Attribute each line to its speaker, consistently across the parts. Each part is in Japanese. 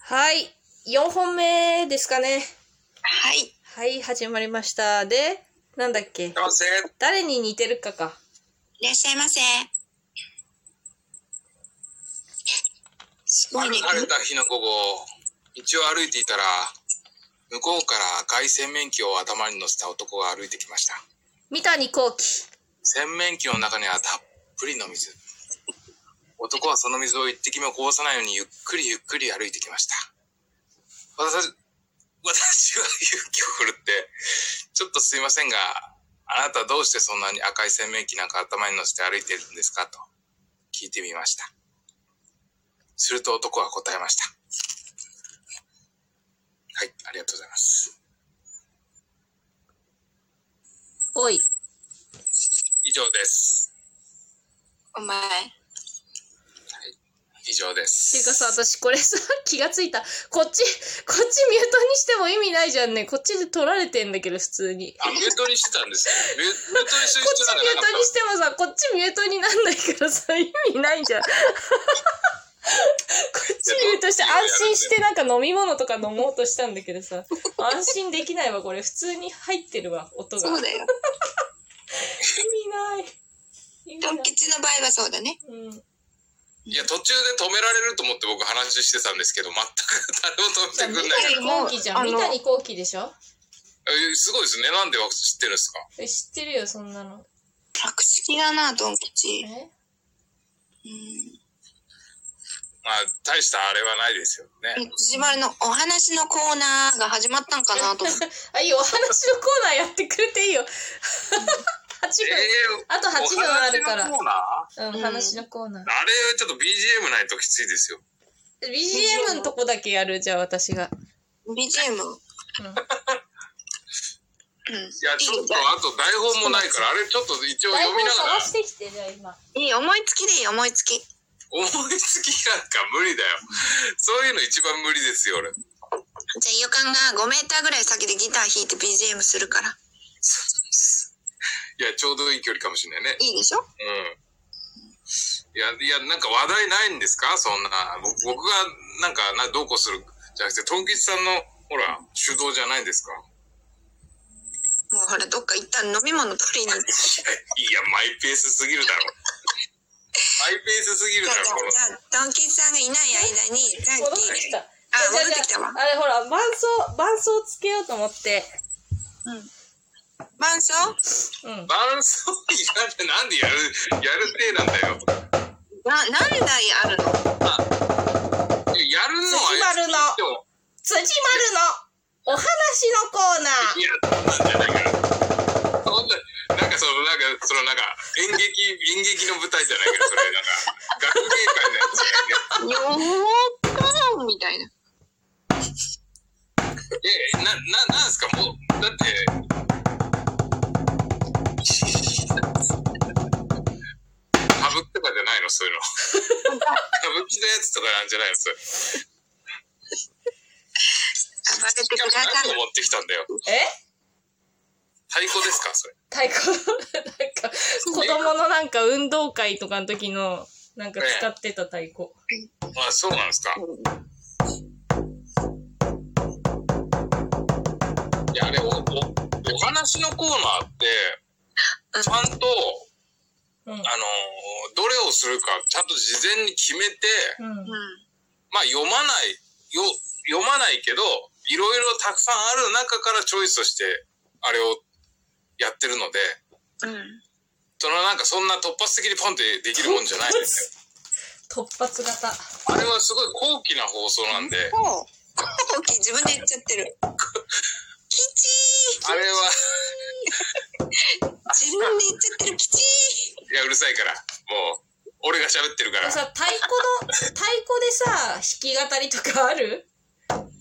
Speaker 1: はい。4本目ですかね。
Speaker 2: はい。
Speaker 1: はい、始まりました。で、なんだっけ
Speaker 3: どうせ、
Speaker 1: 誰に似てるかか。
Speaker 2: いらっしゃいませ。すごいね。
Speaker 3: 晴れた日の午後、道を歩いていたら、向こうから赤い洗面器を頭に乗せた男が歩いてきました。
Speaker 1: 三谷幸喜。
Speaker 3: 洗面器の中にはたっぷりの水。男はその水を一滴もこぼさないようにゆっくりゆっくり歩いてきました。私、私は勇気を振るって、ちょっとすいませんが、あなたどうしてそんなに赤い洗面器なんか頭に乗せて歩いているんですかと聞いてみました。すると男は答えました。はい、ありがとうございます。
Speaker 1: おい。
Speaker 3: 以上です。
Speaker 2: お前。
Speaker 3: 以上です。
Speaker 1: ていうかさ、私これさ、 気がついた。こっち、こっちミュートにしても意味ないじゃんね。こっちで取られてんだけど、普通に。
Speaker 3: あ、ミュートにしてたんですね。ミュミュートにする
Speaker 1: こっ
Speaker 3: 必
Speaker 1: ち
Speaker 3: 要
Speaker 1: ミュー
Speaker 3: なんかなか
Speaker 1: トに
Speaker 3: っ
Speaker 1: してもさ、こっちミュートになんないからさ、意味ないじゃん。こ っちミュートして安心してなんか飲み物とか飲もうとしたんだけどさ、安心できないわ、これ。普通に入ってるわ、音が。意
Speaker 2: そう
Speaker 1: 味
Speaker 2: だよ。
Speaker 1: ない。意味
Speaker 2: ド
Speaker 1: な
Speaker 2: ン
Speaker 1: い。
Speaker 2: 吉の場合はそうだね。
Speaker 1: うん。
Speaker 3: た。いや、途中で止められると思って僕話してたんですけど、全く誰も止めてくんない
Speaker 1: 三
Speaker 2: じ
Speaker 1: 谷幸喜じゃん。
Speaker 2: ゃ
Speaker 3: か
Speaker 2: あの
Speaker 1: 三谷幸喜でしょ
Speaker 3: ら。えすごいですね。なんで知ってるんですか
Speaker 1: え知ってるよ、そんなの。
Speaker 2: 博識だな、ドン吉。
Speaker 1: え
Speaker 2: うん。
Speaker 3: まあ、大したあれはないですよね。
Speaker 2: 自腹のお話のコーナーが始まったんかなと思って。
Speaker 1: あ、いいよ、お話のコーナーやってくれていいよ。8分。
Speaker 3: え
Speaker 1: あと8分あるから。
Speaker 3: お話のコーナ
Speaker 1: う
Speaker 3: ー
Speaker 1: ん、
Speaker 2: うん
Speaker 1: 話のコーナー。
Speaker 3: あれ、ちょっと BGM ないときついですよ。
Speaker 1: BGM のとこだけやる、じゃあ私が。
Speaker 2: BGM。
Speaker 1: うん
Speaker 2: うん。
Speaker 3: いや、ちょっと、あと台本もないから、あれちょっと一応
Speaker 1: 台
Speaker 3: 読み
Speaker 1: 本
Speaker 3: なが
Speaker 1: 探して
Speaker 3: ら、
Speaker 1: きて、じゃあ今。
Speaker 2: いいい、思いつきでいい、思いつき。
Speaker 3: 思いつきなんか無理だよ。そういうの一番無理ですよ、俺。
Speaker 2: じゃあ、予感が5メーターぐらい先でギター弾いて BGM するから。
Speaker 3: いや、ちょうどいい距離かもしれないね。
Speaker 2: いいでしょ
Speaker 3: うんいや、いや、なんか話題ないんですかそんな。僕僕が、なんかな、どうこうするじゃなくて、トン吉さんの、ほら、主導じゃないんですか
Speaker 2: もうほら、どっか一旦飲み物取りに行って。
Speaker 3: いや、マイペースすぎるだろ。マイペースすぎる
Speaker 2: じ
Speaker 3: だ
Speaker 2: ゃ
Speaker 3: ろ、この。
Speaker 2: あ、じゃあドンキさんがいない間に、じゃあ、
Speaker 1: 戻ってきた。あ、
Speaker 2: 戻ってきたわ
Speaker 1: あれほら、伴奏、伴奏つけようと思って。
Speaker 2: 伴奏
Speaker 1: うん。
Speaker 3: 伴奏やる、なんでやる、やる手なんだよ。
Speaker 2: な、何台あるの
Speaker 3: いややるのは、
Speaker 1: 辻丸の
Speaker 3: でも
Speaker 1: 辻丸のお話のコーナー。
Speaker 3: いや、そんなんじゃないから。そんな、なんかその、なんか、その、なんか、演劇、演劇の舞台じゃないから、それ、なんか、学芸会のやつじゃないから。
Speaker 2: よーっみたいな。
Speaker 3: え、な、な、なんすかもう、だって。歌舞伎とかじゃないのそういうの。歌舞伎のやつとかなんじゃないのそれ。し
Speaker 2: 暴れて
Speaker 3: か
Speaker 2: く
Speaker 3: も
Speaker 2: ださ
Speaker 3: 何
Speaker 2: い。
Speaker 3: を持ってきたんだよ。
Speaker 1: え
Speaker 3: 太鼓ですかそれ。
Speaker 1: 太鼓、なんか、子供のなんか運動会とかの時の、なんか使ってた太鼓。
Speaker 3: あ、そうなんですか。いや、あれ、お、お、お話のコーナーって、ちゃんと、
Speaker 1: うん。
Speaker 3: あのーどれをするか、ちゃんと事前に決めて、
Speaker 1: うん。
Speaker 2: う
Speaker 3: まあ読まない、よ、読まないけど、いろいろたくさんある中からチョイスして、あれをやってるので、
Speaker 2: ん。うん。
Speaker 3: そのなんかそんな突発的にポンってできるもんじゃないですね。
Speaker 1: 突発型。
Speaker 3: あれはすごい高貴な放送なんで、
Speaker 2: ほう。大きい自分で言っちゃってる。きち
Speaker 3: あれは、
Speaker 2: ー自分で言っちゃってる、きち
Speaker 3: いや、うるさいから、もう、俺が喋ってるから。
Speaker 1: さ、太鼓の、太鼓でさ、弾き語りとかある
Speaker 2: ーあるね。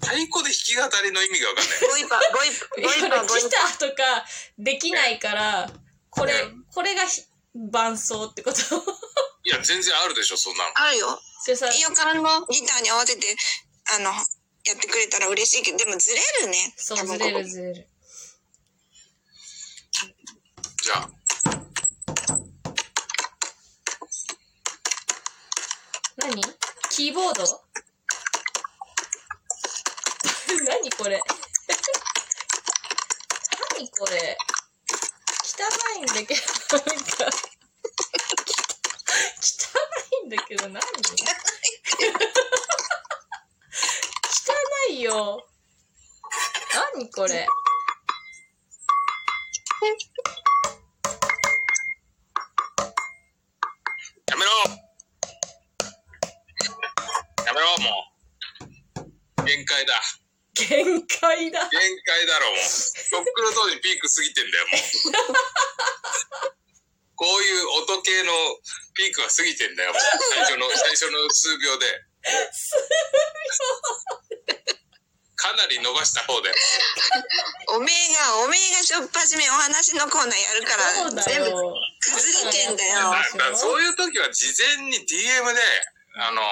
Speaker 3: 太鼓で弾き語りの意味がわかんない。
Speaker 2: ボイパ、 ボイ
Speaker 1: い
Speaker 2: ボ
Speaker 1: や
Speaker 2: イ
Speaker 1: ギ
Speaker 2: パ、
Speaker 1: タ
Speaker 2: ボイパ。
Speaker 1: ーとかできないから、これ
Speaker 3: う、
Speaker 1: これがひ伴奏ってこと。
Speaker 3: いや、全然あるでしょ、そんなの。
Speaker 2: あるよ。
Speaker 1: それさ、
Speaker 2: いいよ、カランがギターに合わせて、あの、やってくれたら嬉しいけど、でもずれるね。
Speaker 1: そ
Speaker 2: 多
Speaker 1: う、
Speaker 2: 分
Speaker 1: ずれるずれる。
Speaker 3: じゃあ。
Speaker 1: 何聞キーボード 何これ 何これ汚いんだけど、なんか 汚いんだけど何 汚いよ。何これ。
Speaker 3: やめろやめろもう限界だ
Speaker 1: 限界だ。
Speaker 3: 限界だろもうとっくの当時ピーク過ぎてんだよもう こういう音系のピークは過ぎてんだよもう最初の最初の数秒でかなり伸ばした方で
Speaker 2: おめえが、おめえがしょっぱじめお話のコーナーやる
Speaker 1: そう
Speaker 2: から、
Speaker 1: だ
Speaker 2: 全部
Speaker 1: よ。
Speaker 2: かすれてんだよ。
Speaker 3: だだそういう時は事前に DM で、あのー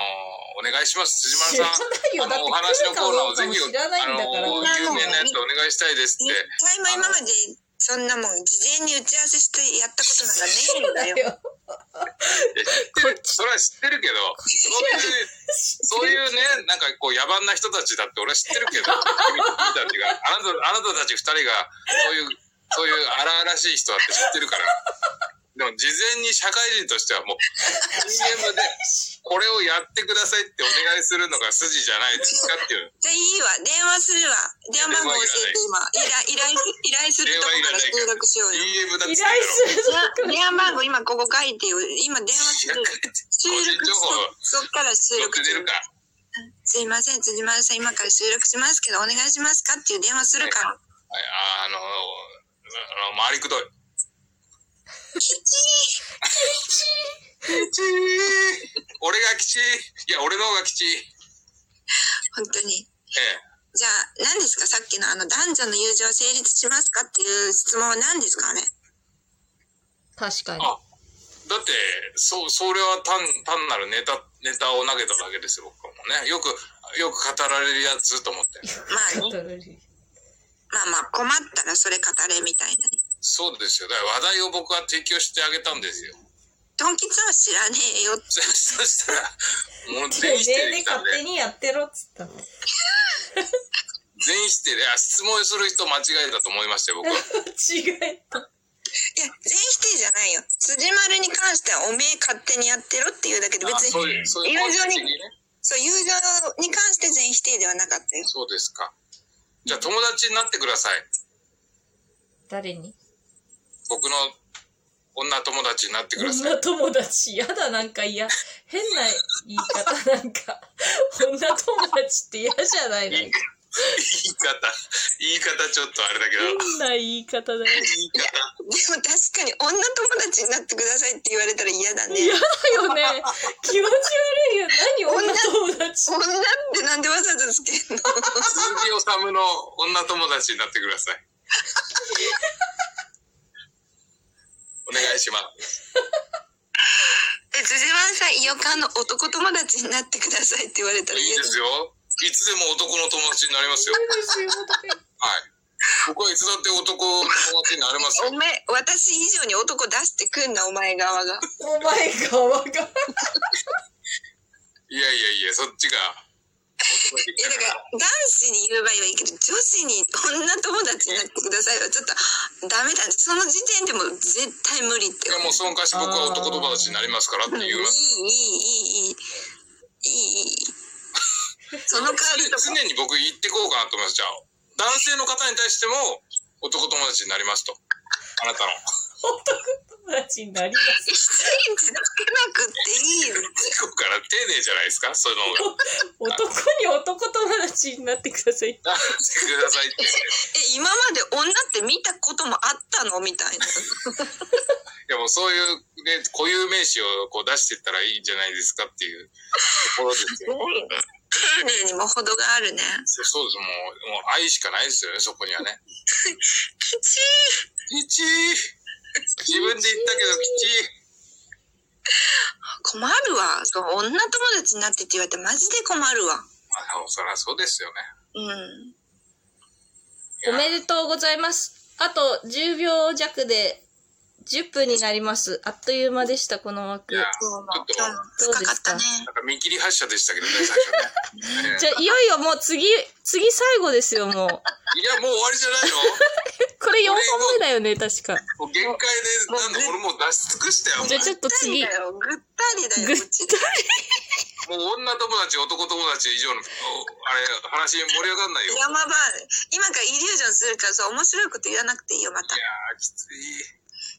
Speaker 3: お願いします、
Speaker 1: 知
Speaker 3: 辻
Speaker 1: ら
Speaker 3: 丸さん。
Speaker 1: ないよ。
Speaker 3: あ
Speaker 1: だっ
Speaker 3: の、
Speaker 1: て
Speaker 3: お話
Speaker 1: 来
Speaker 3: の
Speaker 1: るか
Speaker 3: コー
Speaker 1: ど
Speaker 3: ナー
Speaker 1: う
Speaker 3: を
Speaker 1: か
Speaker 3: ぜ
Speaker 1: も
Speaker 3: ひ、
Speaker 1: 知らないんだ
Speaker 3: あ
Speaker 1: から。
Speaker 3: の、
Speaker 2: 知ら
Speaker 3: 有
Speaker 2: ないんだから
Speaker 3: 名なやつお願いしたいです
Speaker 2: 一
Speaker 3: って。
Speaker 2: 回も今までそんなもん事前に打ち合わせしてやったことなんか
Speaker 1: そうだ
Speaker 2: ねえんだよ。
Speaker 1: よ。
Speaker 3: いや知ってるそれは知ってるけど、そういう、そういうね、なんかこう、野蛮な人たちだって俺は知ってるけど、君たちが、あなた、あなたたち二人が、そういう、そういう荒々しい人だって知ってるから。でも事前に社会人としてはもう DM でこれをやってくださいってお願いするのが筋じゃないですかっていう
Speaker 2: じゃあいいわ。電話するわ。電話番号教えて今。依頼、依頼、依頼するとこから収録しようよ。
Speaker 3: DM だっ
Speaker 1: 依頼
Speaker 3: て言って
Speaker 1: す
Speaker 3: たろ
Speaker 1: る。
Speaker 2: 電話番号今ここ書いてよ。今電話する。収録し
Speaker 3: 個人情報
Speaker 2: そっから収
Speaker 3: 載っ
Speaker 2: 録
Speaker 3: て
Speaker 2: す
Speaker 3: 出る
Speaker 2: る
Speaker 3: か。
Speaker 2: すいません、辻丸さん今から収録しますけどお願いしますかっていう電話するから。
Speaker 3: はいあの、あの、回りくどい。
Speaker 2: きちー
Speaker 3: 俺が吉。いや、俺の方が吉。え
Speaker 2: 本当に。
Speaker 3: え。
Speaker 2: じゃあ何ですかさっきのあの男女の友情成立しますかっていう質問は何ですかね
Speaker 1: 確かに。
Speaker 3: あだって、そう、それは単、単なるネタ、ネタを投げただけですよ、僕もね。よく、よく語られるやつと思って。
Speaker 2: まあね。
Speaker 1: カトルリ
Speaker 2: まあまあ困ったらそれ語れみたいなね。
Speaker 3: そうですよ。だから話題を僕は提供してあげたんですよ。
Speaker 2: ドンキツは知らねえよって。
Speaker 3: そそしたら、もう
Speaker 1: てめ
Speaker 3: 全
Speaker 1: え
Speaker 3: 否定で
Speaker 1: で
Speaker 3: きたん
Speaker 1: 勝
Speaker 3: で。
Speaker 1: 手にやってろっつったの。
Speaker 3: 全否定で、あ、質問する人間違えたと思いましたよ、僕は。
Speaker 1: 違えた。
Speaker 2: いや、全否定じゃないよ。辻丸に関してはおめえ勝手にやってろっていうだけで
Speaker 3: あ
Speaker 2: 別に、
Speaker 3: そういう、そういう
Speaker 2: 友情
Speaker 3: 的
Speaker 2: に
Speaker 3: にね。
Speaker 2: そう、友情に関して全否定ではなかったよ。
Speaker 3: そうですか。じゃあ友達になってください。
Speaker 1: 誰に
Speaker 3: 僕の女友達になってください。
Speaker 1: 女友達。やだ、なんか嫌。変な言い方、なんか。女友達って嫌じゃないなんか
Speaker 3: 言い方、言い方ちょっとあれだけど。
Speaker 1: 変な言い方だよ。
Speaker 3: 言い方。
Speaker 2: でも確かに女友達になってくださいって言われたら嫌だ
Speaker 1: 嫌
Speaker 2: ね。
Speaker 1: よね。気持ち悪いよ。何女友 達。
Speaker 2: 女ってなんでわざわざつけ んの
Speaker 3: 鈴木治の女友達になってください。お願いします。
Speaker 2: え、辻丸さん、イオカンの男友達になってくださいって言われたら
Speaker 3: いい
Speaker 2: 嫌
Speaker 3: で
Speaker 2: だ
Speaker 3: す
Speaker 2: ね。
Speaker 3: よ。いつでも男の友達になりますよ。はい。僕はいつだって男の友達になれま す
Speaker 2: お
Speaker 3: よ。
Speaker 2: めえ私以上に男出してくんな、お前側が。
Speaker 1: お前側が。
Speaker 3: いやいやいや、そっちが。求めて
Speaker 2: い
Speaker 3: き
Speaker 2: や
Speaker 3: た
Speaker 2: だ
Speaker 3: か
Speaker 2: から
Speaker 3: ら
Speaker 2: 男子に言う場合はいいけど女子に女友達になってくださいはちょっとダメだねその時点でもう絶対無理って
Speaker 3: いやもうその昔僕は男友達になりますからって
Speaker 2: いいいいいい
Speaker 3: 言います。
Speaker 2: いいいいいいその代わりと
Speaker 3: 常
Speaker 2: か
Speaker 3: に僕言ってこうかなと思います。じゃあ、男性の方に対しても男友達になりますと。あなたの。
Speaker 1: 男友達になります。
Speaker 2: 一日だけなくっていいよ
Speaker 3: ここから丁寧じゃないですかそういうの が。
Speaker 1: 男に男友達になってください。
Speaker 3: なってくださいって言って。
Speaker 2: え今まで女って見たこともあったのみたいな
Speaker 3: いやもうそういう、ね、固有名詞をこう出してったらいいんじゃないですかっていうところですよ。
Speaker 2: 丁寧にも程があるね
Speaker 3: そうそうです。もう、もう愛しかないですよね、そこにはね。
Speaker 2: きち
Speaker 3: きちー自分で言ったけどきちー
Speaker 2: ー困るわそう女友達になってって言われてマジで困るわ
Speaker 3: まあ、そりゃそうですよね。
Speaker 2: うん
Speaker 1: おめでとうございます。あと10秒弱で10分になります。あっという間でした、この枠。
Speaker 3: い
Speaker 1: じゃ
Speaker 3: や
Speaker 2: 今日も
Speaker 3: ちょっ
Speaker 2: 今日
Speaker 3: と
Speaker 2: も深かったね。
Speaker 3: なんか見切り発車でしたけどね、最初ね。
Speaker 1: あ、いよいよもう次、次最後ですよ、もう。
Speaker 3: いや、もう終わりじゃない
Speaker 1: これ4本目だよね、確か。
Speaker 3: のもう限界で、なんだ、俺もう出し尽くしたよ、お
Speaker 1: じゃ
Speaker 3: 前
Speaker 1: あちょっと次。
Speaker 2: ぐったりだよ。ぐったりだ
Speaker 1: ぐ
Speaker 2: よ。
Speaker 1: っ
Speaker 2: うちで
Speaker 3: もう女友達、男友達以上の、おあれ、話盛り上がんないよ。いや
Speaker 2: 山場。今からイリュージョンするからさ、面白いこと言わなくていいよ、また。
Speaker 3: ー、きつい。